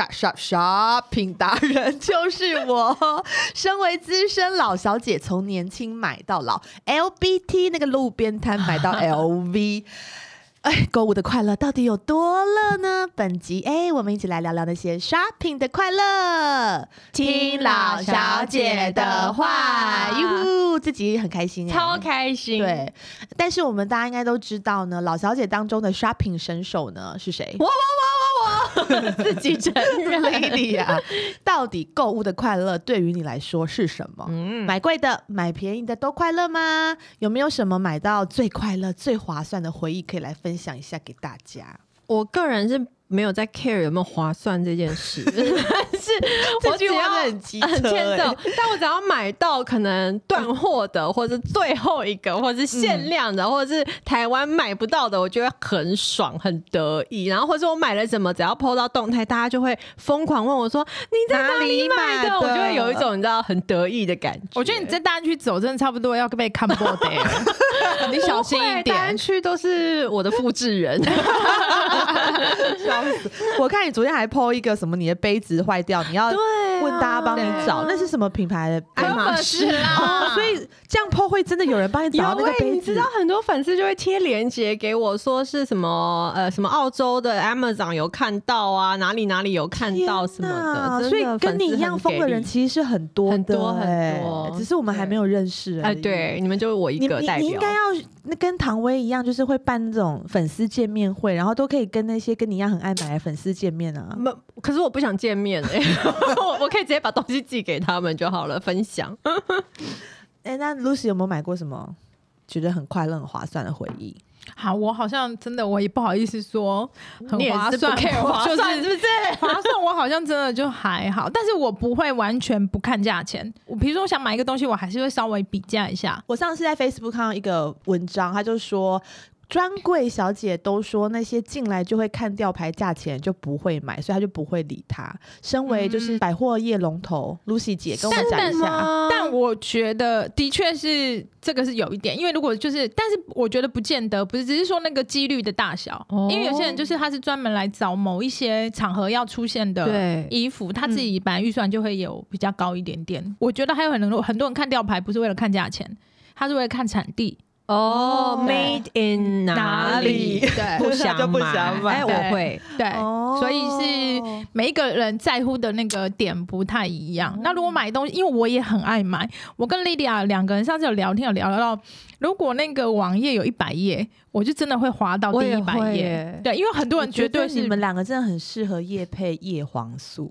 shopping 达人就是我。身为资深老小姐，从年轻买到老，LBT 那个路边摊买 到 LV。哎，购物的快乐到底有多乐呢？本集哎，我们一起来聊聊那些 shopping 的快乐。听老小姐的话哟呼，自己很开心、哎，超开心。，对，但是我们大家应该都知道呢，老小姐当中的 shopping 神手呢是谁？我我我我我， 自己 承认。 Lady 啊，到底购物的快乐对于你来说是什么？嗯，买贵的、买便宜的都快乐吗？有没有什么买到最快乐、最划算的回忆可以来分享一下给大家？ 我个人是没有在 care 有没有划算这件 事，但是我只句话真要的很机车很欠欸揍，但我只要买到可能断货 的，或是最后一个，或是限量嗯的，或者是台湾买不到的，我就会很爽、很得意。然后或者我买了什么，只要 PO 到动态，大家就会疯狂问我说：“你在哪哪里里买买的的？”我就会有一种你知道很得意的感觉。我觉得你在大安区走，真的差不多要被看破的 欸，你小心一大安点。区都是我的复制人。笑死！我看你昨天还 PO 一个什么，你的杯子坏掉，你要对啊问大家帮你找，对啊哎那是什么品牌的杯爱吗马？仕啦 哦，所以这样 PO 会真的有人帮你啊有找到那个欸杯你子知道？很多粉丝就会贴链接给我，说是什么呃什么澳洲的 Amazon 有看到啊，哪里哪里有看到什么天哪所的，真的以跟你一样粉丝疯很的给人力其实是很多的、很多很哎多只是我们还没有认识哎、而已对，你们就是我你一个你代你应表该。要那跟唐薇一样，就是会办那种粉丝见面会，然后都可以跟那些跟你一样很爱买的粉丝见面啊。没可是我不想见面哎、 我我可以直接把东西寄给他们就好了，分享。哎、那 Lucy 有没有买过什么觉得很快乐、很划算的回忆？好，我好像真的我也不好意思说很你也划是不算， care 划就算是是不是？ 划算，我好像真的就还好，但是我不会完全不看价钱。我比如说我想买一个东西，我还是会稍微比价一下。我上次在 Facebook 看到一个文章，他就说。专柜小姐都说，那些进来就会看吊牌价钱就不会买，所以她就不会理他。身为就是嗯百货业龙头、Lucy 姐，跟我们讲一 下，嗯但我觉得的确是这个是有一点，因为如果就是，但是我觉得不见得不是，只是说那个几率的大小，哦因为有些人就是他是专门来找某一些场合要出现的。对衣服他自己本来预算就会有比较高一点点，我觉得还有很多很多人看吊牌不是为了看价钱，他是为了看产地，哦、哦 m a d e in 哪里？对哎不想就不想买哎、对我会。对，哦所以是每一个人在乎的那个点不太一样。那如果买东西，因为我也很爱买，我跟莉莉亚两个人上次有聊天，有聊到，如果那个网页有一百页，我就真的会滑到我第也一百会页耶。对，因为很多我人觉绝得对你是们两个真的很适合夜配叶黄 素，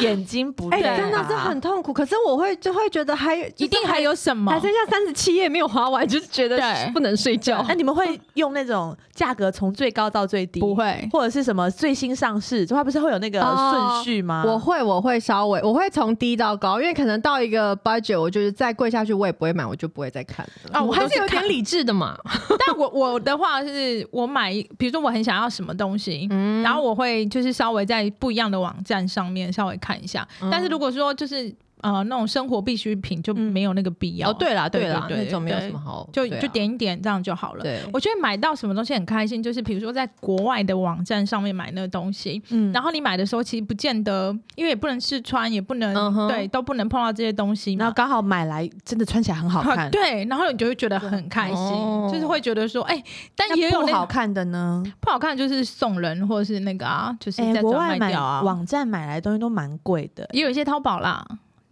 眼睛不哎、对啊吧，真的是很痛苦。可是我会就会觉得还一定还有什么还。剩下三十七页没有划完，就是觉得对不能睡觉那。你们会用那种价格从最高到最低，不会或者是什么最新上市，就它不是会有那个哦顺序吗？我会，我会稍微，我会从低到高，因为可能到一个 budget，我就是再贵下去，我也不会买，我就不会再看了。啊我我都还是是有看点理智的嘛。但我我的话是我买，比如说我很想要什么东西，嗯然后我会就是稍微在不一样的网站上面稍微看一下。嗯但是如果说就是呃那种生活必需品，就没有那个必要。哦，对啦，对啦，对对那种没有对什么好，就对啊就。点一点这样就好了。对我觉得买到什么东西很开心，就是比如说在国外的网站上面买那个东西，嗯然后你买的时候其实不见得，因为也不能试穿，也不能、嗯哼对，都不能碰到这些东西然后嘛。刚好买来真的穿起来很好看， 对，然后你就会觉得很开心，哦就是会觉得说，哎、但那也有不那好看的呢。不好看，就是送人或者是那个啊，就是哎、在国转外卖买掉啊，网站买来的东西都蛮贵的，也有一些淘宝啦，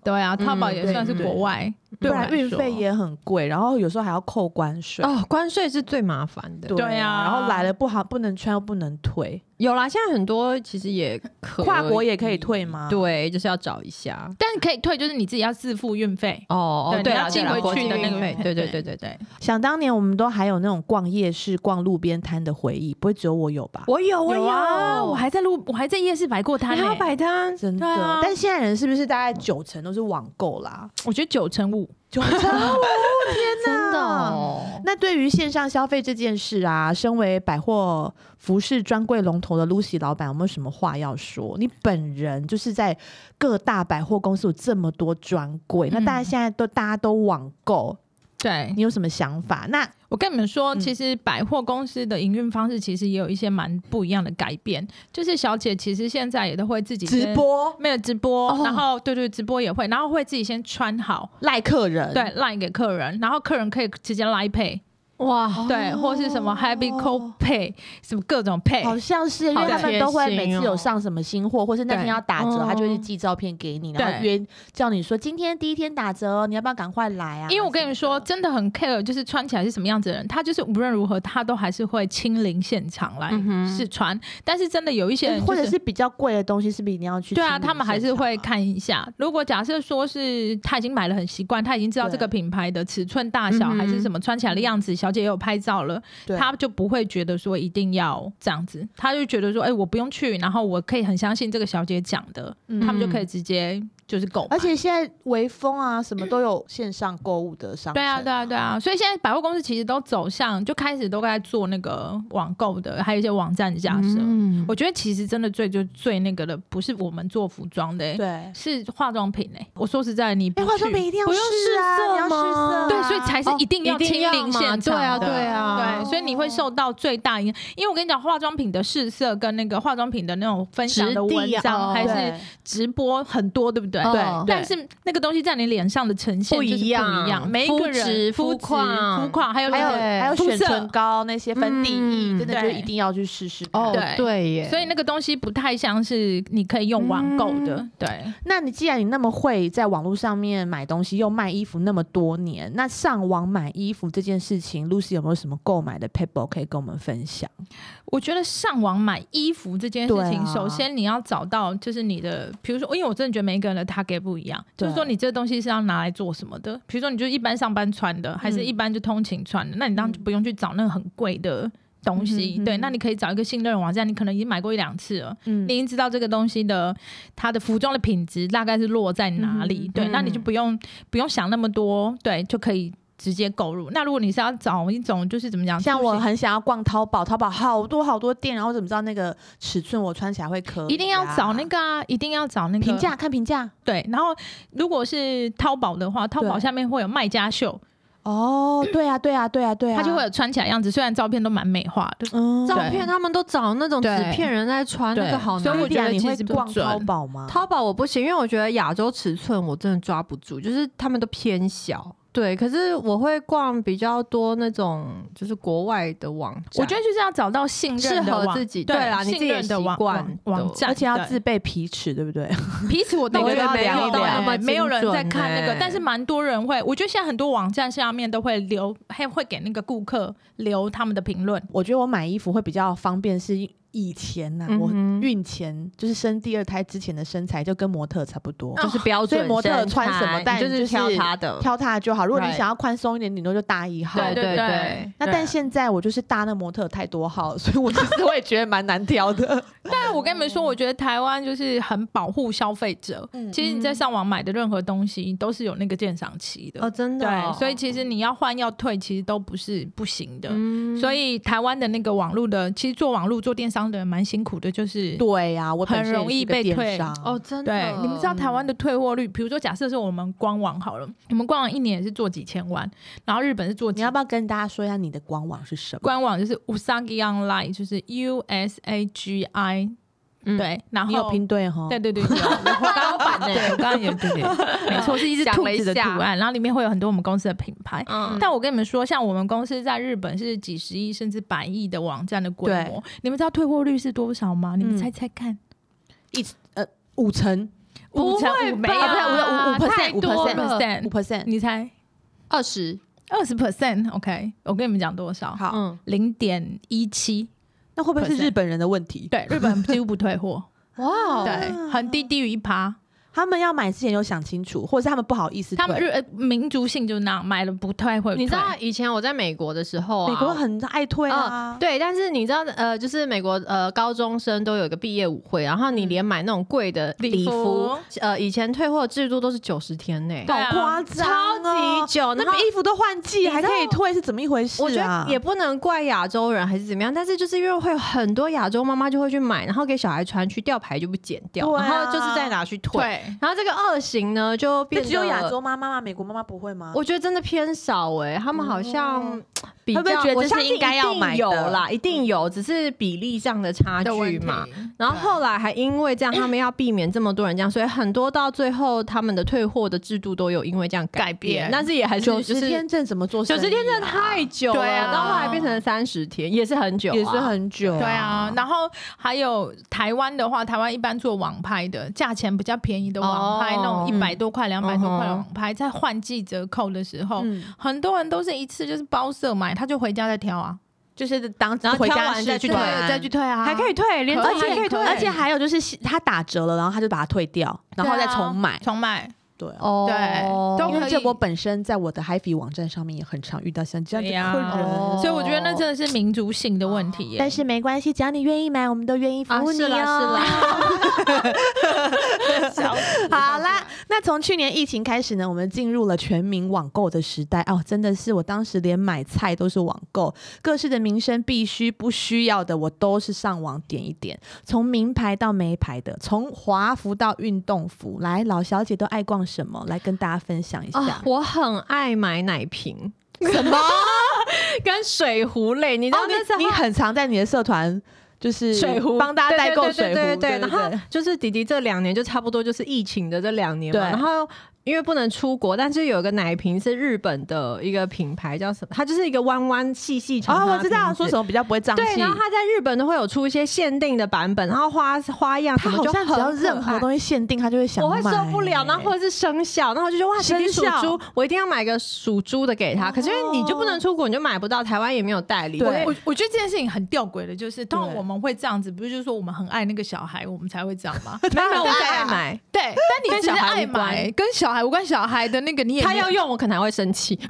对啊，嗯淘宝也对算是对国外，不对我然来运说费也很贵，然后有时候还要扣关税。哦，关税是最麻烦的。对啊然后来了不好，不能穿又不能退，有啦，现在很多其实也可以跨国也可以退吗？对，就是要找一下。但是可以退，就是你自己要自付运费。哦哦，对对啦，你要寄对啦回国去际的那运个费运费对对对对对对。想当年我们都还有那种逛夜市、逛路边摊的回忆，不会只有我有吧？我有，我有啊，我有，还在路，我还在夜市摆过摊、你还要呢。摆摊，真的，对啊但现在人是不是大概九成都是网购啦？我觉得九成五， 九成，哦天哪！真的哦。那对于线上消费这件事啊，身为百货服饰专柜龙头的 Lucy 老板，有没有什么话要说？你本人就是在各大百货公司有这么多专柜，那嗯大家现在都大家都网购，对你有什么想法？那我跟你们说，嗯其实百货公司的营运方式其实也有一些蛮不一样的改变，就是小姐其实现在也都会自己直先。播没有直播，哦然后对对，直播也会，然后会自己先穿好，赖客人，对，赖给客人，然后客人可以直接来 pay，哇，对，或是什么 Happy Co Pay，什么各种 pay，哦好像是，因为哎好他们贴都会心每次有哦上什么新货，或是那天对要打折，哦他就会寄照片给你，然后对约叫你说今天第一天打折哦，你要不要赶快来啊？因为我跟你什么说，的，真的很 care，就是穿起来是什么样子的人，他就是无论如何，他都还是会亲临现场来嗯哼试穿。但是真的有一些人、哎或者是比较贵的东西，是不是一定要去？对啊，他们还是会。看一下。如果假设说是他已经买了很习惯，他已经知道对这个品牌的尺寸大小嗯哼还是什么穿起来的样子，小姐也有拍照了，对啊他就不会觉得说一定要这样子，他就觉得说，哎、我不用去，然后我可以很相信这个小姐讲的，嗯他们就可以直接就是购买而。且现在微风啊，什么都有线上购物的商城。对啊，对啊，对啊，所以现在百货公司其实都走向，就开始都在做那个网购的，还有一些网站架设。嗯，我觉得其实真的最就最那个的，不是我们做服装的、欸，对。是化妆品哎、我说实在，你不哎，去、化妆品一定要不用试啊，试色你要试色吗啊，对，所以才是哦一定要一定亲要临嘛现场对啊的对啊对，所以你会受到最大影响。因为我跟你讲，化妆品的试色跟那个化妆品的那种分享质的地文章哦还是对直播很多，对不对？对对但是那个东西在你脸上的呈现不就是一样不一样，每一个肤质人肤况肤况还有还有那个还有肤选色唇膏那些粉底液，嗯真的就对一定要去试试看。哦对对耶，所以那个东西不太像是你可以用网购的，嗯对。那你既然你那么会在网络上面买东西，又卖衣服那么多年，那上网买衣服这件事情，Lucy 有没有什么购买的 paper 可以跟我们分享？我觉得上网买衣服这件事对情，啊首先你要找到就是你的，比如说，因为我真的觉得每一个人的 target 不一样，对就是说你这东西是要拿来做什么的。比如说，你就一般上班穿的，还嗯是一般就通勤穿的，那你当然就不用去找那个很贵的。东嗯西哼嗯嗯哼对，那你可以找一个信任网站，你可能已经买过一两次了，嗯你已经知道这个东西的它的服装的品质大概是落在哪里，嗯哼对，嗯那你就不用不用想那么多，对，就可以直接购入。那如果你是要找一种就是怎么讲，像出我行很想要逛淘宝，淘宝好多好多店，然后我怎么知道那个尺寸我穿起来会可以啊、一定要找那个啊，一定要找那个评价，看评价对，然后如果是淘宝的话，淘宝对下面会有卖家秀，哦，对啊，对啊，对啊，对啊，它就会有穿起来样子，虽然照片都蛮美化的。嗯照片他们都找那种纸对片人在穿，那对个好所以难我觉得你其会实不逛准淘宝吗？淘宝我不行，因为我觉得亚洲尺寸我真的抓不住，就是他们都偏小。对，可是我会逛比较多那种就是国外的网啊站，我觉得就是要找到信适任的合网自己。对啦，你自己信也任习的网惯网网的站，而且要对自备皮尺，对不 对？彼此我都我觉觉得得没没有有到那么没有人精在准看那个，欸但是蛮多人会，我觉得现在很多网站下面都会留，还会给那个顾客留他们的评论。我觉得我买衣服会比较方便，是以前呐、嗯我哼孕前就是生第二胎之前的身材就跟模特差不多，就是标所以准身材，模特穿什么但你就就是是挑它的。挑它就好。如果你 Right 想要宽松一点，顶多就大一号。对对对，那但现在我就是大那模特太多号了，所以我其实我也觉得蛮难挑的。但我跟你们说，我觉得台湾就是很保护消费者。嗯其实你在上网买的任何东西都是有那个鉴赏期的。哦，真的哦，对，所以其实你要换要退，其实都不是不行的。嗯所以台湾的那个网络的，其实做网络做电商的人蛮辛苦的，就是 对呀、我本身很容也易是个被电退商哦，，真的，对，你们知道台湾的退货率，比如说假设是我们官网好了，我们官网一年也是做几千万，然后日本是做你几要不要跟大家说一下你的官网是什么？官网就是 Usagi Online，就是 U S A G I，、嗯对，然后你有拼哦对哈？对对对，对，我刚刚版的，对我刚刚有对对，对没错，是一只想兔了一子的下图案，然后里面会有很多我们公司的品牌。嗯，但我跟你们说，像我们公司在日本是几十亿甚至百亿的网站的规模，你们知道退货率是多少吗？你们嗯猜猜看，五成不成会五吧没有啊不是太五五 percent，五多 percent，了五 percent，你猜二十，二十 percent？OK，我跟你们讲多少？好嗯，零点一七。那会不会是 percent 日本人的问题？对，日 本几乎不退货，哇，对，很低，低于一趴。他们要买之前有想清楚，或者是他们不好意思退。他们日呃民族性就是那样，买了不退会退。你知道以前我在美国的时候啊，美国很爱退啊，对，但是你知道，呃，就是美国呃高中生都有一个毕业舞会，然后你连买那种贵的礼礼服服，呃，以前退货制度都是九十天内，对啊好夸张哦、超级久，然后那衣服都换季你还知可道以退是怎么一回事、啊？我觉得也不能怪亚洲人还是怎么样，但是就是因为会有很多亚洲妈妈就会去买，然后给小孩穿去吊牌就不剪掉，对啊然后就是再拿去退。对，对，然后这个二型呢，就变那得只有亚洲妈妈吗？美国妈妈不会吗？我觉得真的偏少哎、他们好像嗯比较，会不会觉得我这相是信应该要一定买的嗯有啦，一定有，只是比例上的差的问距题嘛。然后后来还因为这样，他们要避免这么多人这样，所以很多到最后他们的退货的制度都有因为这样改改变但是也还是九就十是天证怎么做生九意啊？十天真的太久了，对啊到后来变成三十天，也是很久、啊，也是很久，对啊，然后还有台湾的话，台湾一般做网拍的，价钱比较便宜的网拍，哦那种一百多块、两百多块的嗯网拍，在换季折扣的时候，嗯，很多人都是一次就是包色买，他就回家再挑啊，就是当然后回挑家完试再去穿退再去退啊，还可以退，连可这而以还可以且退，而且还有就是他打折了，然后他就把它退掉，然后再重买。重买，对啊，哦对都因可为以这我本身在我的 HiFi 网站上面也很常遇到像这样对呀的客人。哦所以我觉得那真的是民族性的问题耶。但是没关系，只要你愿意买，我们都愿意服务你哦。啊是啦，是 啦，好啦，那从去年疫情开始呢，我们进入了全民网购的时代哦，真的是我当时连买菜都是网购，各式的民生必须不需要的，我都是上网点一点，从名牌到没牌的，从华服到运动服，来老小姐都爱逛什么？来跟大家分享一 下。啊，我很爱买奶瓶，什么？跟水壶类，你知道哦，那时候你你很常在你的社团就是水壶帮大家代购对水对壶，对对对对然对后就是迪迪这两年就差不多就是疫情的这两年嘛，对然后。因为不能出国，但是有一个奶瓶是日本的一个品牌，叫什么？它就是一个弯弯细细长哦，长的我知道瓶子说什么比较不会胀对，气然。后它在日本都会有出一些限定的版本，然后花花样什他么好就像很只要可任何爱东西限定，他就会想我会受不买欸了，然后或者是生肖，然后我就觉得哇，弟弟属生肖哦猪，我一定要买个属猪的给他。可是因为你就不能出国，你就买不到，台湾也没有代理。对我我我觉得这件事情很吊诡的，就是通常对我们会这样子，不是就是说我们很爱那个小孩，我们才会这样吗？没有没有，我当然在买。 对，但你跟只小是孩无爱买，关跟小孩无关，小孩的那个你也没他要用我可能还会生气，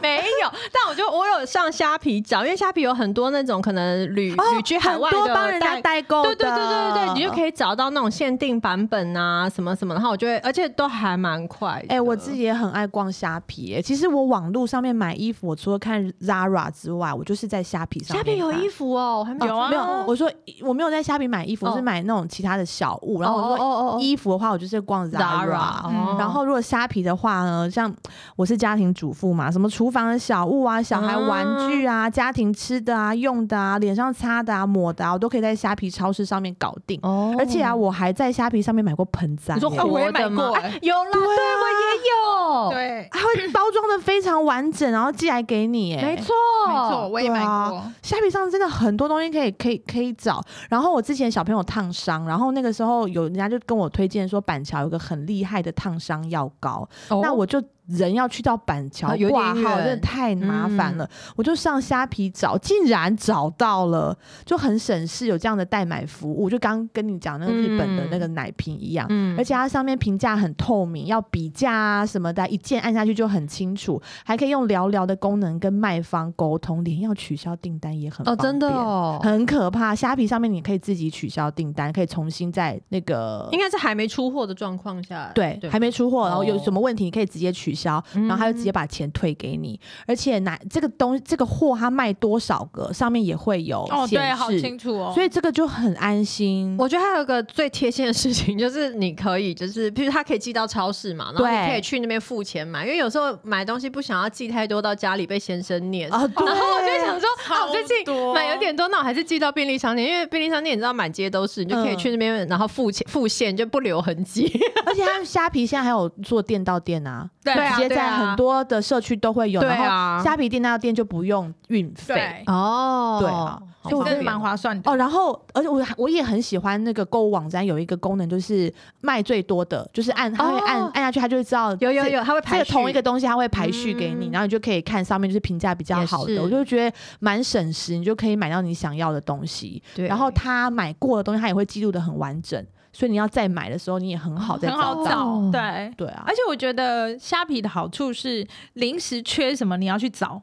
没有，但我就我有上虾皮找，因为虾皮有很多那种可能旅、哦旅居海外很多的帮人家代代购的，哦对对对对对哦对，你就以。可以找到那种限定版本啊，什么什么，然后我就会，而且都还蛮快的。哎、我自己也很爱逛虾皮、哎，其实我网络上面买衣服，我除了看 Zara 之外，我就是在虾皮上虾面皮有衣服。服哦，我还没有啊没有，我说我没有在虾皮买衣服，哦我是买那种其他的小物。然后哦我说哦哦哦衣服的话，我就是逛 Zara。嗯然后如果虾皮的话呢，像我是家庭主妇嘛，什么厨房的小物啊、小孩玩具啊、家庭吃的啊、用的啊、脸上擦的啊、抹的啊，我都可以在虾皮超市上面搞定。哦而且啊，我还在虾皮上面买过盆栽、你说哦哎啊我也活买的吗过？哎有啦，对啊我也有，对，它会包装的非常完整，然后寄来给你、哎，没错，没错，我也啊买对过。虾皮上真的很多东西可以可以可以找。然后我之前小朋友烫伤，然后那个时候有人家就跟我推荐说板桥有个很厉害的烫伤药膏，哦那我就人要去到板桥啊有点挂号，远嗯真的太麻烦了。我就上虾皮找，竟然找到了，就很省事，有这样的代买服务。就刚跟你讲那个日本的那个奶瓶一样。嗯而且它上面评价很透明，要比价啊什么的，一键按下去就很清楚，还可以用聊聊的功能跟卖方沟通，连要取消订单也很哦，方便真的哦，很可怕。虾皮上面你可以自己取消订单，可以重新在那个应该是还没出货的状况下，对，还没出货，然后有哦什么问题你可以直接取消，然后他嗯就直接把钱退给你。而且拿这个东这个货他卖多少个，上面也会有哦，显对，好示清楚哦。所以这个就很安心。我觉得还有一个最贴心的事情，就是你可以，就是譬如他可以寄到超市嘛，然后对你可以去那边付钱买，因为有时候买东西不想要寄太多到家里被先生念。啊，对， 然后我就想说，啊，我最近超多买有点多，那我还是寄到便利商店，因为便利商店你知道满街都是，你就可以嗯去那边，然后付钱付现就不留痕迹。 而且他们虾皮现在还有做店到店啊，对啊直接 对在啊很多的社区都会有，对然后啊，虾皮店到店就不用运费。对，哦，对啊好就方我真便的哦蛮划算的。哦，然后而且我还我也很喜欢那个购物网站有一个功能，就是卖最多的，就是按它会按、哦按下去，它就会知道有有这有，它会这排个序同一个东西，它会排序给你，嗯然后你就可以看上面就是评价比较好也的，是我就觉得蛮省时，你就可以买到你想要的东西。对然后他买过的东西，他也会记录的很完整，所以你要再买的时候，你也很好再很好找找到。哦对，对啊而，且我觉得虾皮的好处是临时缺什么你要去找，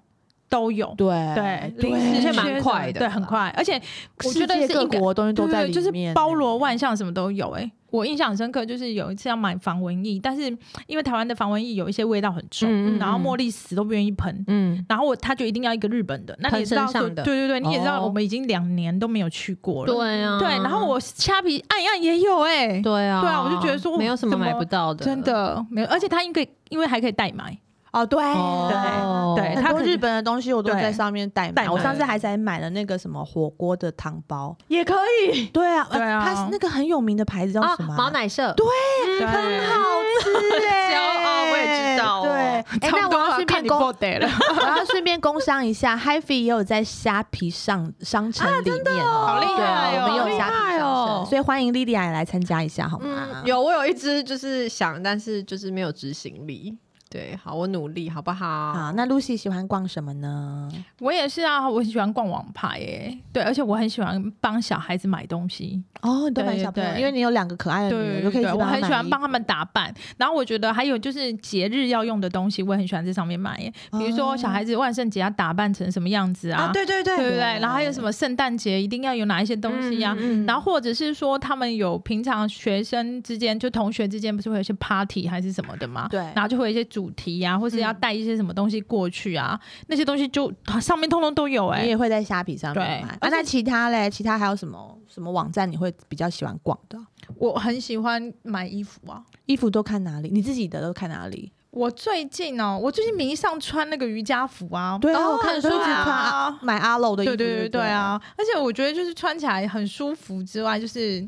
都有。对对，对零食而且缺蛮的快的对，很快，而且我我觉觉得得是各一个国东西都在对里就是面，包罗万象，什么都有、欸。哎，我印象很深刻，就是有一次要买防蚊液，但是因为台湾的防蚊液有一些味道很重，嗯嗯然后嗯茉莉死都不愿意喷。嗯，然后我他就一定要一个日本的，那你也喷知道身说，上的对对对，你也知道哦我们已经两年都没有去过了，对啊，对然后我虾皮按一按也有哎、欸对啊，对啊我就觉得说没有什怎么买不到的，真的没有，而且它应该因为还可以代买，哦，对哦对很它多可以日本的东西我都对在上面代代买，买我上次还才买了那个什么火锅的汤包，也可以对啊，呃对啊它是那个很有名的牌子叫啊什么，啊？毛奶社对对很好吃 哎、骄傲我也知道哦对，哎、那啊我要顺便攻，得了， 我要顺便工商一下 h i f i 也有在虾皮上商城里面、哦好厉害啊哦对我好们有厉虾皮害商城，哦所以欢迎莉莉娅也来参加一下好吗嗯，？有我有一只就是想，但是就是没有执行力。对，好，我努力，好不好？好，那 Lucy 喜欢逛什么呢？ 我也是啊，我很喜欢逛网拍诶、对，而且我很喜欢帮小孩子买东西，哦，你都买小朋友，对对因为你有两个可爱的女儿，对就可以去对，帮我她买很喜欢帮衣他们打扮。然后我觉得还有就是节日要用的东西，我也很喜欢在上面买耶，比如说小孩子万圣节要打扮成什么样子服啊，啊，对对对，对不对？然后还有什么圣诞节一定要有哪一些东西啊呀、嗯嗯嗯然后或者是说，他们有平常学生之间，就同学之间，不是会有一些 party 还是什么的嘛？对然后就会有一些主题呀、或是要带一些什么东西过去啊，那些东西就上面通通都有哎、你也会在虾皮上面对买。啊而且那其他嘞，其他还有什么什么网站你会比较喜欢逛的？我很喜欢买衣服啊。衣服都看哪里？你自己的都看哪里？我最近哦，我最近迷上穿那个瑜伽服啊，对啊，哦我看你都一直很穿帅啊啊买阿楼的衣服，对对对对！啊！而且我觉得就是穿起来很舒服之外，就是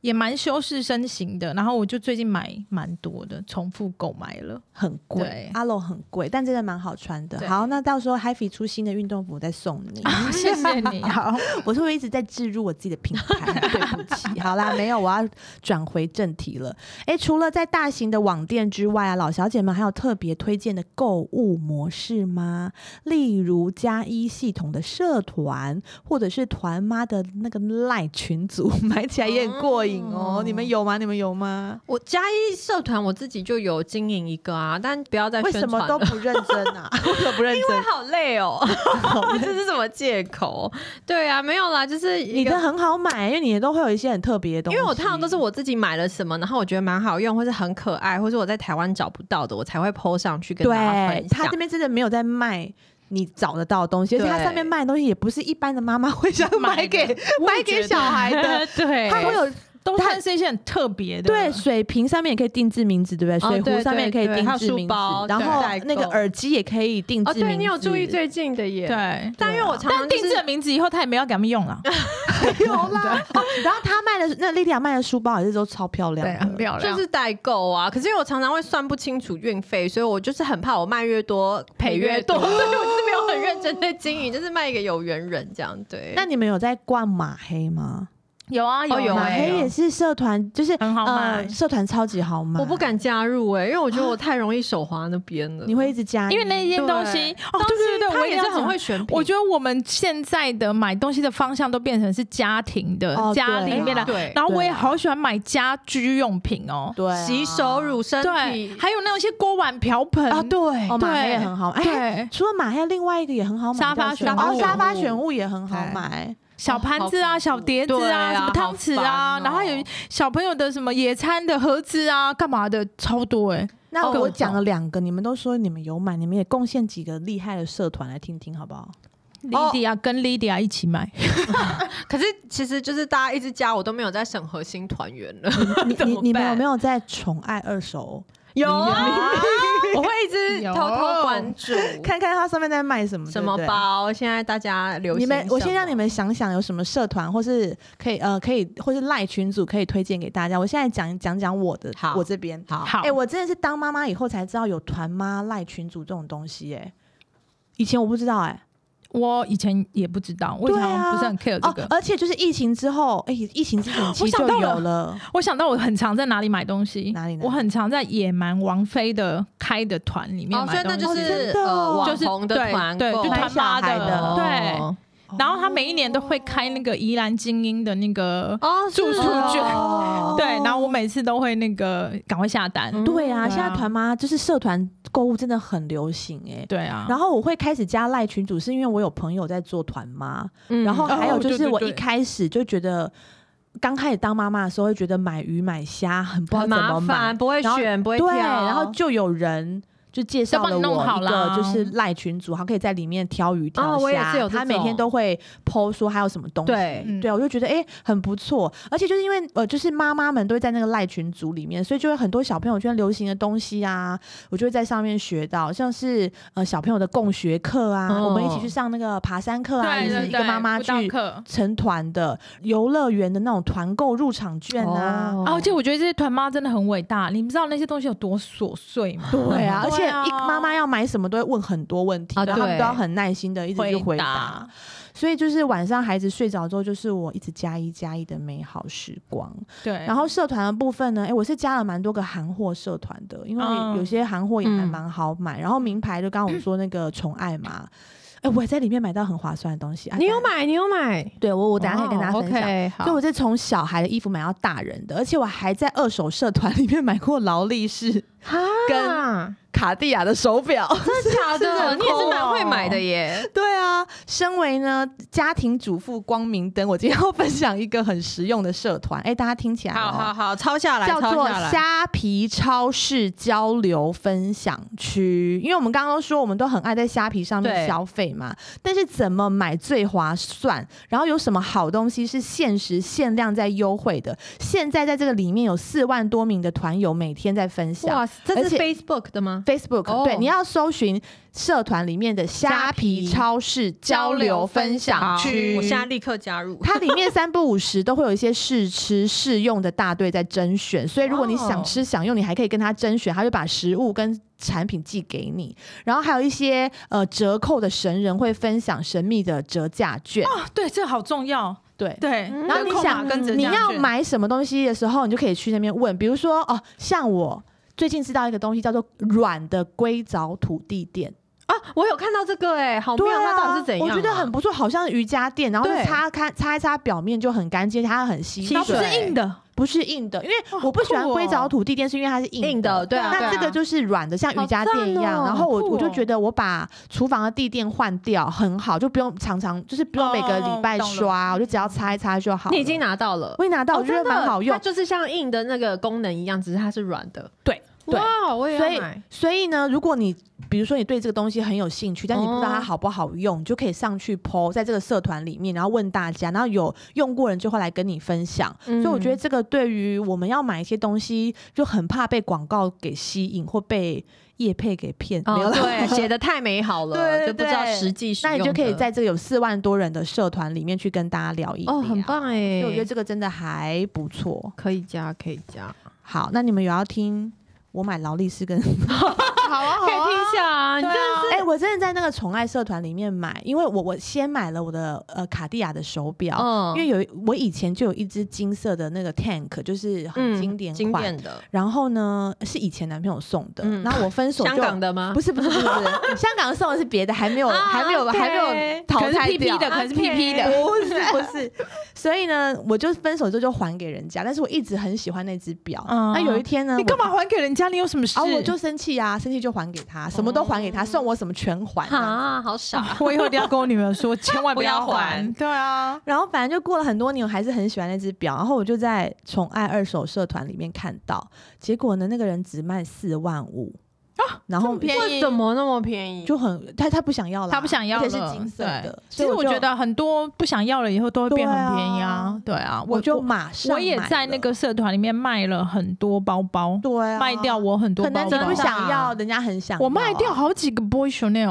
也蛮修饰身形的。然后我就最近买蛮多的，重复购买了。很贵对，阿楼很贵，但真的蛮好穿的。对好，那到时候 h i f i 出新的运动服我再送 你。谢谢你啊！ 我是会一直在置入我自己的品牌， 对不起。好啦，没有，我要转回正题了。哎，除了在大型的网店之外啊，老小姐们还有特别推荐的购物模式吗？例如加一系统的社团，或者是团妈的那个赖群组， 买起来也很过瘾哦。哦你们有吗？你们有吗？我嘉义社团我自己就有经营一个啊，但不要再为宣什传么都了。不认真啊？为什么不认因为真？ 好累 哦， 这是什么借口？对啊，没有啦，就是一你个的很好买，因为你的都会有一些很特别的东因西。为我通常都是我自己买了什么，然后我觉得蛮好用，或是很可爱，或是我在台湾找不到的，我才会 PO 上去跟大家对分他享这。边真的没有在卖你找得到的东西，而且他对上面卖的东西也不是一般的妈妈会 想买买的给买给小孩的，对，他会有都它看是一些很特别的，对水瓶上面也可以定制名字，对不对？哦水壶对上面也可以对定还有制书名字包，然对后代那个购耳机也可以定哦，制名字。对你有注意最近的耶？，对。但因为啊我常常但就定是制的名字以后他也没有给他们用了，有啦。哦然后他卖的那莉莉娅卖的书包也是都超漂亮的，漂就是代购啊，可是因为我常常会算不清楚运费，所以我就是很怕我卖越多 赔越多， 所以我就是没有很认真的经营，就是卖给有缘人这样。对，那你们有在逛马黑吗？有啊哦有马啊欸黑也是社团，就是很好买呃，，社团超级好买。我不，敢加入哎、因为我觉得我太容易手滑那边了。你会一直加，因为那件东西哦，对对对，我他也定是要很讲会选品，我觉得我们现在的买东西的方向都变成是家庭的、哦家对里面的，对，然后我也对啊好喜欢买家居用品哦，对啊洗手乳、身体对，还有那些锅碗瓢盆啊，对，哦，马黑也对很好买。哎，对，除了马，还有另外一个也很好买，沙发叫什么选哦，物沙发选物也很好买，小盘子哦好啊、恐怖小碟子对啊啊、什么汤匙好烦啊哦，然后还有小朋友的什么野餐的盒子啊、干嘛的，超多哎、那哦我讲了两个，你们都说你们有买，你们也贡献几个厉害的社团来听听好 不好？ Lydia 跟 Lydia 一起买，可是其实就是大家一直加我都没有在审核新团员了，你怎你么你们办有没有在宠爱二手有啊，我会一直有偷偷关注看看它上面在卖什么？什么对不对？包，现在大家流行你们，我先什么让你们想想有什么社团，或是可以呃，可以或是赖群组可以推荐给大家。我现在讲讲讲我的好，我这边。好好哎、我真的是当妈妈以后才知道有团妈赖群组这种东西、哎，以前我不知道、哎，我以前也不知道，我以前好像不是很 care 呃这个。啊哦。而且就是疫情之后，哎、疫情之前其我实想就到有了了，我想到我很常在哪里买东西，哪里哪里我很常在野蛮王妃的开的团里面哦，所买以那东西。就是哦真的呃哦网就是红的对团对，购哦就买团小妈孩的的哦对。然后他每一年都会开那个宜兰精英的那个哦，住宿是哦券哦对，然后我每次都会那个赶快下单。嗯对啊，对啊现在团妈就是社团购物真的很流行哎、对啊，然后我会开始加赖群组，是因为我有朋友在做团妈，嗯然后还有哦就对是对我对一开始就觉得，刚开始当妈妈的时候会觉得买鱼买虾很不知道很怎麻么买烦，，不会然后选，不会对，挑，然后就有人。就介绍就帮了你弄我好一个啦就是赖群主，他可以在里面挑鱼挑哦我也虾，是有这他每种天都会 PO 说还有什么东西，对嗯对啊，我就觉得哎、诶很不错，而且就是因为呃，就是妈妈们都会在那个赖群组里面，所以就会很多小朋友圈流行的东西啊，我就会在上面学到，像是呃小朋友的共学课啊，哦我们一起去上那个爬山课啊，对也对是对，一个妈妈辅去哦导课成团的游乐园的那种团购入场券哦啊。啊，而且我觉得这些团妈真的很伟大，你们知道那些东西有多琐碎吗？对啊，而且对啊一妈妈要买什么都会问很多问题，啊然后他们对都要很耐心的一直去回答答。所以就是晚上孩子睡着之后，就是我一直加一加一的美好时光。对，然后社团的部分呢，诶，我是加了蛮多个韩货社团的，因为嗯有些韩货也还嗯蛮好买。然后名牌就刚刚我说那个宠爱嘛，诶，我也在里面买到很划算的东西。啊你有？买，你有买，对我，我等一下可以跟大家哦分享。 OK，好所以我是从小孩的衣服买到大人的，而且我还在二手社团里面买过劳力士、啊卡地亚的手表。真的假是的？很你也是酷蛮会哦买的耶。对啊，身为呢家庭主妇光明灯，我今天要分享一个很实用的社团， 哎、大家听起来、好哦、好好，抄下来，叫抄做下来虾皮超市交流分享区，因为我们刚刚都说我们都很爱在虾皮上面对消费嘛，但是怎么买最划算？然后有什么好东西是限时限量在优惠的？现在在这个里面有四万多名的团友每天在分享。哇，这而是且 Facebook 的吗？ Facebook、哦对，你要搜寻社团里面的虾皮虾皮超市交流分享区，好我现在立刻加入。它里面三不五十都会有一些试吃试用的大队在甄选，所以如果你想哦吃想用，你还可以跟他甄选，他会把食物跟产品寄给你。然后还有一些呃折扣的神人会分享神秘的折价券，哦啊，对，这好重要。对。对，嗯然后你折扣码想跟折你价要券买什么东西的时候，你就可以去那边问，比如说哦，像我最近知道一个东西叫做软的硅藻土地垫，啊，我有看到这个哎，好妙，对啊，它到底是怎样啊？我觉得很不错，好像瑜伽垫，然后对擦开擦一擦表面就很干净，它很吸吸水，水哦不是硬的，不是硬的，因为哇我不喜欢酷哦硅藻土地垫，是因为它是硬硬的，。对啊。那对啊这个就是软的，像瑜伽垫一样。好赞哦然后我、酷哦我就觉得我把厨房的地垫换掉很好，就不用常常就是不用每个礼拜哦懂了刷，我就只要擦一擦就好了。你已经拿到了，我已经拿到，哦我觉得真的蛮好用它。就是像硬的那个功能一样，只是它是软的。对对哇，我也所要以买。所以呢，如果你比如说你对这个东西很有兴趣，但你不知道它好不好用，你就可以上去 PO 在这个社团里面，然后问大家，然后有用过人就会来跟你分享。嗯所以我觉得这个对于我们要买一些东西，就很怕被广告给吸引或被业配给骗，没有哦，啦对， 写的太美好了，对对就不知道实际使那用你的。就可以在这个有四万多人的社团里面去跟大家聊一啊聊，哦，很棒所哎以，我觉得这个真的还不错。可以加，可以加，好，那你们有要听我买劳力士跟好啊，可以听一下啊。你对这啊哎、我真的在那个宠爱社团里面买，因为我我先买了我的呃卡地亚的手表，嗯因为有一我以前就有一只金色的那个 Tank，就是很经典嗯经款。典的，然后呢，是以前男朋友送的，嗯然后我分手就香港的吗？不是不是不是不是，香港送的是别的，还没有、啊还没有 OK 还没有淘可能汰是 PP 掉的，可能是 PP 的。不是 不是，所以呢，我就分手之后就还给人家，但是我一直很喜欢那只表。啊嗯那有一天呢，你我干嘛还给人家？你有什么事？啊，我就生气啊，生气就还给他，什么都还给哦他，送我什么全还这样子。啊，好傻。 我以后一定要跟我女儿说，千万不 要要还对啊，然后反正就过了很多年，我还是很喜欢那只表。然后我就在宠爱二手社团里面看到，结果呢，那个人只卖四万五啊，然后便宜为什么那么便宜？就很他他不想要了，她不想要而且是了金色的。其所以实我就觉，得很多不想要了以后都会变很便宜啊，对啊，我就我马上我也买在那了个社团里面卖了很多包包，对啊卖掉，我很多可包能你包不真，的想要，人家很想要啊我卖掉好几个 Boy Chanel。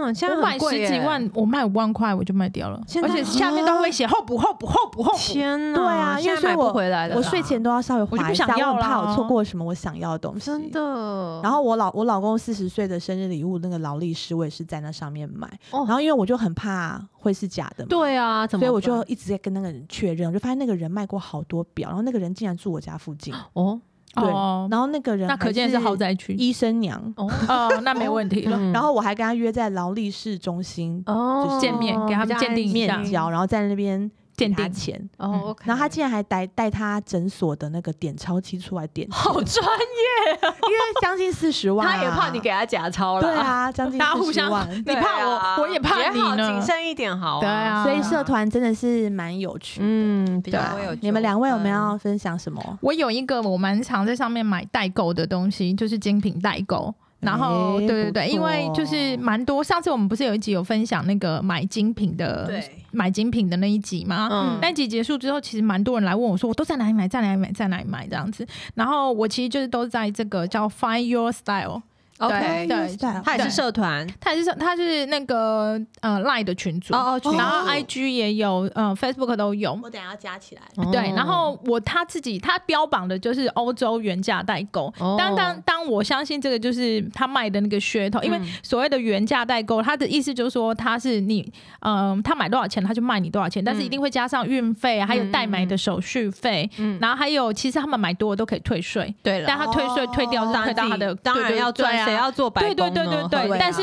啊，现在我很买贵十耶几，万，我卖五万块我就卖掉了，现在而且下面都会写后补后补后补后补，天哪！对啊，因为现在所以买我不回来了啦。我睡前都要稍微就划不一下，想要我很怕啦我错过什么我想要的东西。真。的，然后我老我老公四十岁的生日礼物那个劳力士，我也是在那上面买。哦然后因为我就很怕会是假的嘛，对啊，怎么所以办？我就一直在跟那个人确认，我就发现那个人卖过好多表，然后那个人竟然住我家附近，哦，对，哦，然后那个人那可还见是豪宅区医生娘，哦，哦， 那没问题嗯了。然后我还跟他约在劳力士中心哦就是见面给他们鉴定一下面交，然后在那边嗯鉴给他定钱。嗯哦，然后他竟然还带带他诊所的那个点钞机出来点钱，好专业，因为将近四十万、啊他也怕你给他假钞了，对啊，将近大家互40相万你怕我对啊我也怕你也好呢谨慎一点好，对啊所以社团真的是蛮有趣的。嗯，比对较啊会有，你们两位有没纠纷有哦分享什么？我有一个我蛮常在上面买代购的东西，就是精品代购。然后，哎对对不对，因为就是错蛮多。上次我们不是有一集有分享那个买精品的，对，买精品的那一集吗？啊嗯那一集结束之后，其实蛮多人来问我说，我都在哪里买，在哪里买，在哪里买这样子。然后我其实就是都在这个叫 Find Your Style， ？OK，对 Your Style 他也是对社团它也是它是那个呃 Line 的群组，哦哦群然后组 IG 也有，呃 Facebook 都有。我等下要加起来。哦对，然后我他自己他标榜的就是欧洲原价代购，哦当当当我相信这个就是他卖的那个噱头，因为嗯所谓的原价代购，他的意思就是说他是你，嗯、他买多少钱他就卖你多少钱，但是一定会加上运费啊，还有代买的手续费，嗯然后还有其实他们买多了都可以退税，对了，但他退税退掉是当退然到他嗯的，哦当然对要赚，谁？对对啊要做白对对对工呢对对啊但是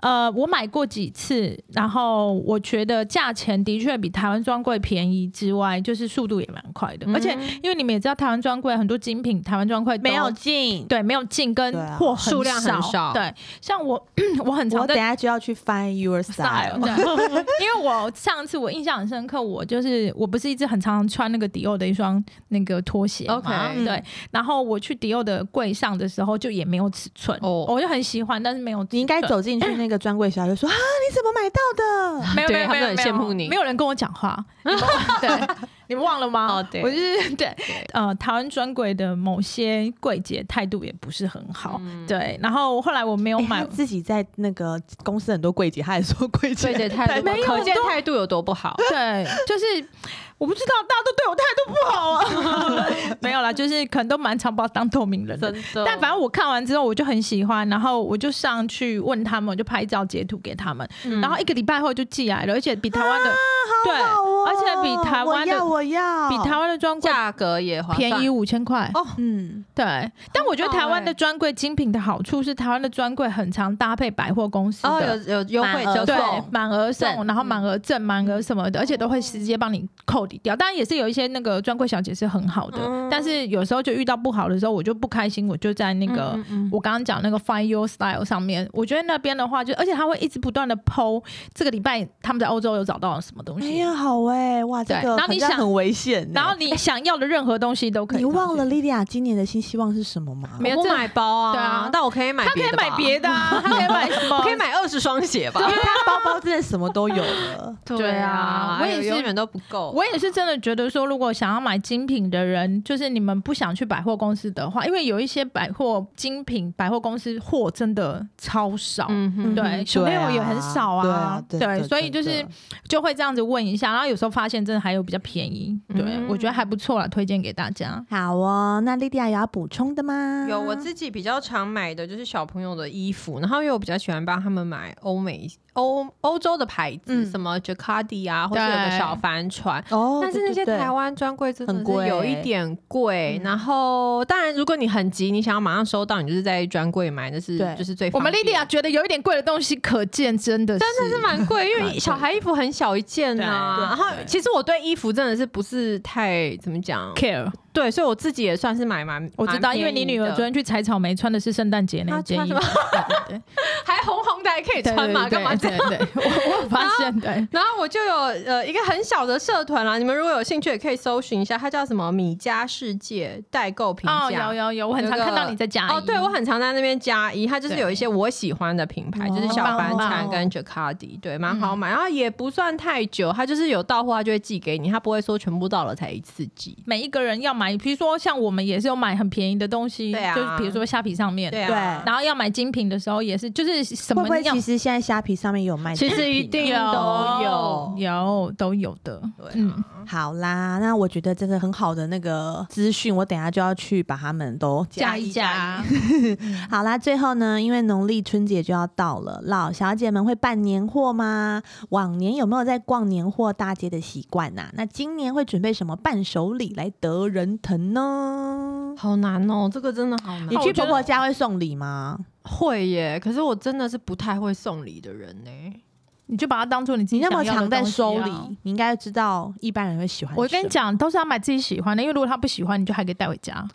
呃，我买过几次，然后我觉得价钱的确比台湾专柜便宜之外，就是速度也蛮快的，而且因为你们也知道，台湾专柜很多精品，台湾专柜都没有进，对没有进跟对啊货数量很少对，像我 我很我常等在。下就要去 find your 哦 style。对， 因为我上次我印象很深刻，我就是我不是一直很常常穿那个迪奥的一双那个拖鞋嘛 OK 嗯对，然后我去迪奥的柜上的时候就也没有尺寸，哦我就很喜欢，但是没有尺寸，你应该走进 去那个专柜小姐说啊，你怎么买到的？没有，对没有，他们没很有没有羡慕你没有人跟我讲话，你们对，你们忘了吗？哦对我就是对，呃，台湾专柜的某些柜姐态度也不是很好，嗯 对，然后后来我没有哎买哦他，自己在那个公司很多柜姐，他也说柜姐 对对，态度没有可见很多态度有多不好。对，就是我不知道大家都对我态度不好啊， 没有啦，就是可能都蛮常把我当透明人的真。的，但反正我看完之后我就很喜欢，然后我就上去问他们，我就拍照截图给他们，嗯然后一个礼拜后就寄来了，而且比台啊湾的、对，好好哦而且比台湾的我要，我要比台湾的专柜价格也划算便宜五千块哦。欸嗯，对，但我觉得台湾的专柜精品的好处是，台湾的专柜很常搭配百货公司哦，的。有有优惠满额就对送，满额送，赠嗯然后满额赠、满额什么的，而且都会直接帮你扣抵掉。当然也是有一些那个专柜小姐是很好的，嗯但是有时候就遇到不好的时候，我就不开心，我就在那个、嗯嗯嗯我刚刚讲那个 Find Your Style 上面，我觉得那边的话就，而且他会一直不断的剖这个礼拜他们在欧洲有找到了什么东哎西，呀，好哎，哇，这对个然后你好像想很危险呢，然后你想要的任何东西都可以你上去。忘了莉莉亚今年的新希望是什么吗？没有我这买包啊，对啊但我可以买他可别以的吧，买别 的啊，他可以买什么？我可以买二十双鞋吧。因。为她包 包真的什么都有了对对啊我我也也是哎永远都不够。我也是真的觉得说，如果想要买精品的人，就是你们不想去百货公司的话，因为有一些百货精品百货公司货真的超少，嗯哼，对，熊对六啊也很少对啊对对所以对就是对就会这样子问一下，然后有时候发现真的还有比较便宜，对、嗯我觉得还不错啦，推荐给大家。好哦，那莉莉亚有要补充的吗？有我自己比较常买的就是小朋友的衣服，然后因为我比较喜欢帮他们买欧美、欧欧洲的牌子，嗯什么 Jacquard 啊，或者有个对小帆船。哦，但是那些对对对台湾专柜真的很是贵有一点贵，然后当然如果你很急，你想要马上收到，你就是在专柜买，那是对就是最我方们便。莉莉亚觉得有一点贵的东西，可见真的是真的是蛮贵，因为小孩衣服很小一件呐、对然后其实我对衣服真的是不是太怎么讲， care。对，所以我自己也算是买蛮，我知道，蛮因为你便宜女儿的昨天去采草莓，穿的是圣诞节那她件啊穿衣什服么，对还红红的，还可以对对 穿嘛，对干嘛这对样？对，对我 我有发现对。然后我就有呃一个很小的社团啦，你们如果有兴趣也可以搜寻一下，它叫什么“米家世界代购评哦，价”有有有，我很常有个看到你在加哦，一对我很常在那边加一，它就是对嗯有一些我喜欢的品牌，就是小帆船跟 Jacquard，对，蛮好买，然后也不算太久，它就是有到货它就会寄给你，它不会说全部到了才一次寄。每一个人要买，比如说像我们也是有买很便宜的东西，对啊就是比如说虾皮上面，对对啊，然后要买精品的时候也是，就是什会么不会样其实现在虾皮上面有卖其产品啊？实一定都有有。有都有的，哦对啊嗯，好啦，那我觉得这个很好的那个资讯，我等一下就要去把它们都加一加。好啦，最后呢，因为农历春节就要到了，老小姐们会办年货吗？往年有没有在逛年货大街的习惯呐？那今年会准备什么伴手礼来得人疼呢？好难哦，这个真的好难。你哦去我觉婆得婆家会送礼吗？会耶，可是我真的是不太会送礼的人呢。你就把它当做你自己你那么想要常的在东西收啊礼，你应该知道一般人会喜欢什么。我跟你讲，都是要买自己喜欢的，因为如果他不喜欢，你就还可以带回家。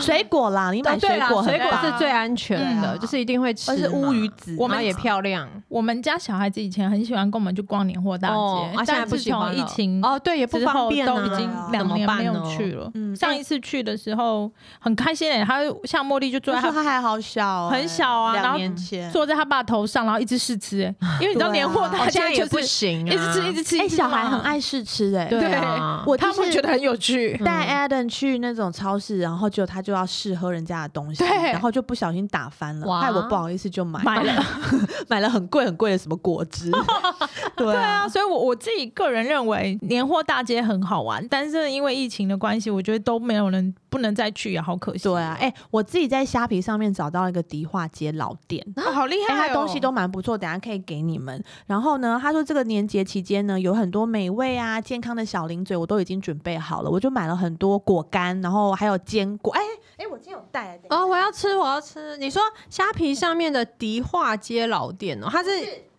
水果啦，你哦买啊对水啦果很水果棒是最安全的，嗯就是一定会吃而嘛，是乌鱼子，我然们后也漂亮。 我们家小孩子以前很喜欢跟我们去逛年货大街，哦啊现在但不自喜从欢疫了情哦，对，也不之方后便都啊，已经两年没有去了。了。嗯上哎一次去的时候很开心诶、欸，他像茉莉就坐那在时候他他还好小欸、很小啊然两后年前。坐在他爸头上，然后一直试 吃、欸，因为你知道对啊年货哦大 我现在街也就不是行啊，一直吃一直吃，哎、一直吃小孩嘛很，爱试吃哎、对啊我他就们是觉得很有趣。带 Adam 去那种超市，然后结果他就要试喝人家的东西，对然后就不小心打翻了，哇害我不好意思就买买了， 买了很贵很贵的什么果 汁，对对啊啊，，所以我，我自己个人认为年货大街很好玩，但是因为疫情的关系，我觉得都没有人不能再去，也好可惜。对啊，哎、我自己在虾皮上面找到一个迪化街老店。哦好厉哎、害、哦，它东西都蛮不错，等一下可以给你们。然后呢，他说这个年节期间呢，有很多美味啊、健康的小零嘴，我都已经准备好了，我就买了很多果干，然后还有坚果。哎、哎、我今天有带来的。哦，我要吃，我要吃。你说虾皮上面的迪化街老店哦，它是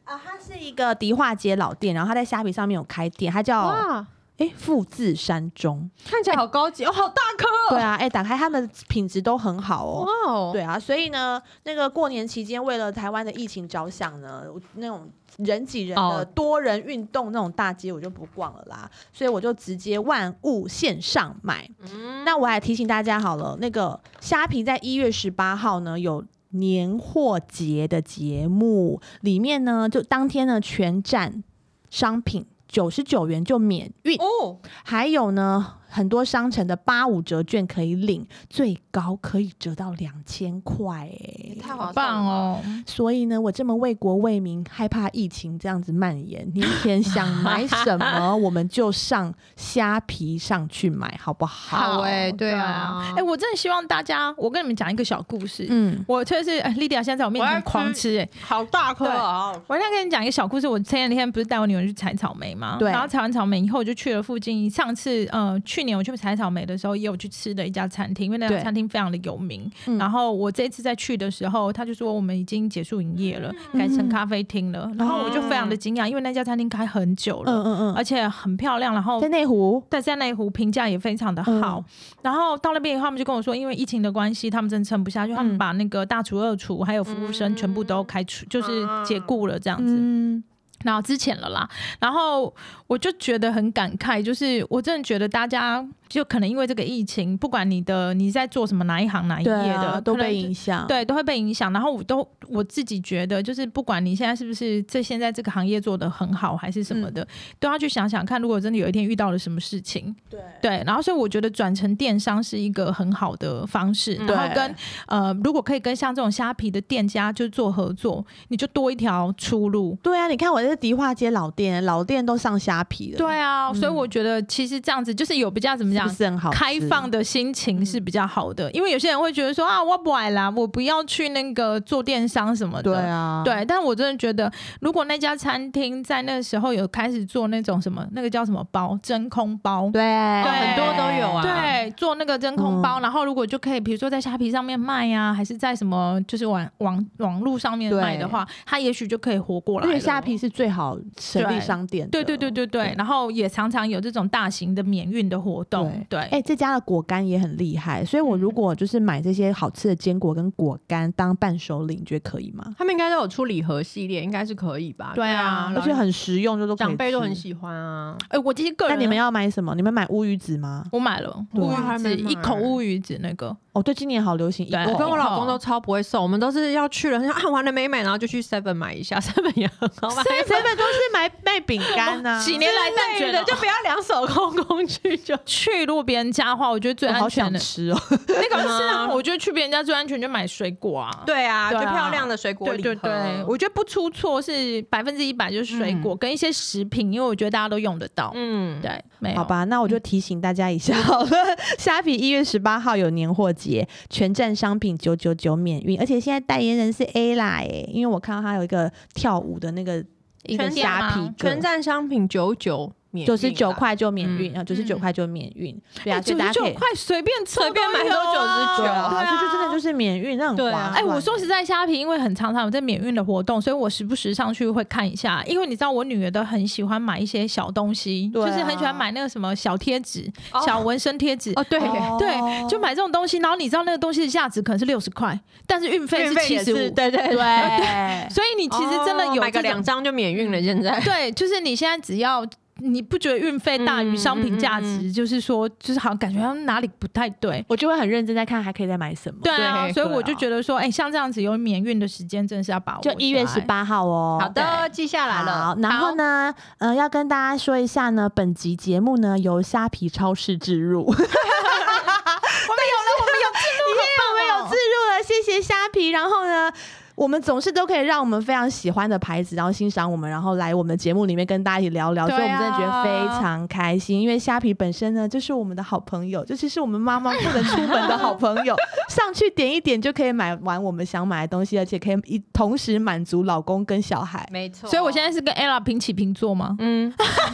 啊，它是一个迪化街老店，然后它在虾皮上面有开店，它叫哇，哎富字山中。看起来好高级哦，好大颗哦。对啊，哎，打开他们的品质都很好哦。哇哦，对啊，所以呢，那个过年期间为了台湾的疫情着想呢，那种人挤人的哦多人运动那种大街我就不逛了啦，所以我就直接万物线上买。嗯，那我还提醒大家好了，那个虾皮在一月十八号呢有。年货节的节目里面呢，就当天呢全站商品九十九元就免运，哦，还有呢很多商城的八五折券可以领，最高可以折到两千块哎也，太好划算棒了！哦！所以呢，我这么为国为民，害怕疫情这样子蔓延，年前想买什么，我们就上虾皮上去买，好不好？好哎，对哎、啊，我真的希望大家，我跟你们讲一个小故事。嗯，我就是哎莉迪亚现在在我面我要前吃狂吃、哎，好大颗啊！我现在跟你讲一个小故事。我前两天不是带我女儿去采草莓吗？对然后采完草莓以后，我就去了附近。上次呃，去年我去采草莓的时候，也有去吃的一家餐厅，因为那对家餐厅非常的有名。嗯然后我这次再去的时候，他就说我们已经结束营业了，嗯哦改成咖啡厅了。然后我就非常的惊讶，因为那家餐厅开很久了，嗯嗯而且很漂亮。然后嗯，在内湖，在在内湖评价也非常的嗯好，然后到那边以后，他们就跟我说，因为疫情的关系，他们真的撑不下去，嗯他们把那个大厨、二厨还有服务生全部都开除，就是解雇了这样子。嗯，然后之前了啦，然后我就觉得很感慨，就是我真的觉得大家就可能因为这个疫情，不管你的你在做什么哪一行哪一对业的，啊，都可能被就影响，对，都会被影响。然后我都我自己觉得，就是不管你现在是不是这现在这个行业做的很好，还是什嗯么的，都要去想想看，如果真的有一天遇到了什么事情，对对。然后所以我觉得转成电商是一个很好的方式，嗯然后跟呃，如果可以跟像这种虾皮的店家就做合作，你就多一条出路。对啊，你看我这迪化街老店，老店都上虾皮了，对啊，所以嗯我觉得其实这样子就是有比较怎么是讲不，是很好吃？嗯开放的心情是比较好的，因为有些人会觉得说啊，我不来啦，我不要去那个做电商什么的。对啊，对，但我真的觉得，如果那家餐厅在那时候有开始做那种什么，那个叫什么包，真空包，对，很多都有啊对，做那个真空包，然后如果就可以，比如说在虾皮上面卖呀、还是在什么就是网网网络上面卖的话，它也许就可以活过来因了。为虾皮是最好神力商店的，对对对对对，对然后也常常有这种大型的免运的活动，对，哎、这家的果干也很厉害，所以我嗯如果就是买这些好吃的坚果跟果干当伴手礼，你觉得可以吗？他们应该都有出礼盒系列，应该是可以吧？对啊而且很实用，就都可以长辈都很吃。喜欢啊。哎、我其实个那人你们要买什么？你们买乌鱼子吗？我买了对乌啊鱼还子，没一口买乌鱼子那个，哦，对，今年好流行一对购我跟我老公哦都超不会送，我们都是要去了，啊，完了没买，然后就去 Seven 买一下，Seven 也很好买。 ，seven 都是买卖饼干啊 呐，几年来蛋累卷的了，就就不要两手空空去就。去如果别人家的话，我觉得最我安好全想的吃哦。那个是啊，嗯我觉得去别人家最安全就买水果啊。对啊，就对啊漂亮的水果对礼对盒对，我觉得不出错是百分之一百，就是水果跟一些食品，因为我觉得大家都用得到。嗯，对，没有好，吧，那我就提醒大家一下好了。虾皮一月十八号有年货节，全站商品九九九免运，而且现在代言人是 A 啦哎、因为我看到他有一个跳舞的那个一个全店虾皮吗哥全站商品九九免九十九运啦，啊块就免运，嗯然后九十九块就免运，对啊，所以九十大家九可以块随便凑随便买有都啊99对啊，对。所以就真的就是是免运，那很对划啊算。哎、我说实在，虾皮因为很常常有在免运的活动，所以我时不时上去会看一下。因为你知道，我女儿都很喜欢买一些小东西，对啊就是很喜欢买那个什么小贴纸、哦小纹身贴纸。哦对哦对，就买这种东西，然后你知道那个东西的价值可能是六十块，但是运费运是费七也十是五，对对对 对，所以你其实真的有哦买个这种两张就免运了，现在。 对，就是你现在只要你不觉得运费大于商品价值，嗯嗯就是说，就是好像感觉好像哪里不太对。我就会很认真在看还可以再买什么。对啊，对所以对我啊就觉得说，哎、像这样子有免运的时间，真的是要把握就下来。一月十八号哦。好的，记下来了好，。然后呢，呃，要跟大家说一下呢，本集节目呢由虾皮超市置入， 我们有了， 我们有置入，我们有置入了，谢谢虾皮。然后呢？我们总是都可以让我们非常喜欢的牌子，然后欣赏我们，然后来我们节目里面跟大家一起聊聊，对啊所以我们真的觉得非常开心。因为虾皮本身呢，就是我们的好朋友， 就是是我们妈妈不能出门的好朋 友，上去点一点就可以买完我们想买的东西，而且可以一同时满足老公跟小孩。没错所以我现在是跟 ella 平起平坐吗？ 嗯，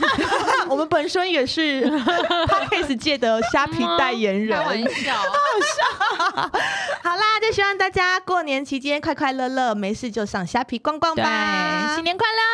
我们本身也 是 Podcast 界的虾皮代言人开。玩笑，好啦，就希望大家过年期间快快乐乐，没事就上虾皮逛逛吧。新年快乐！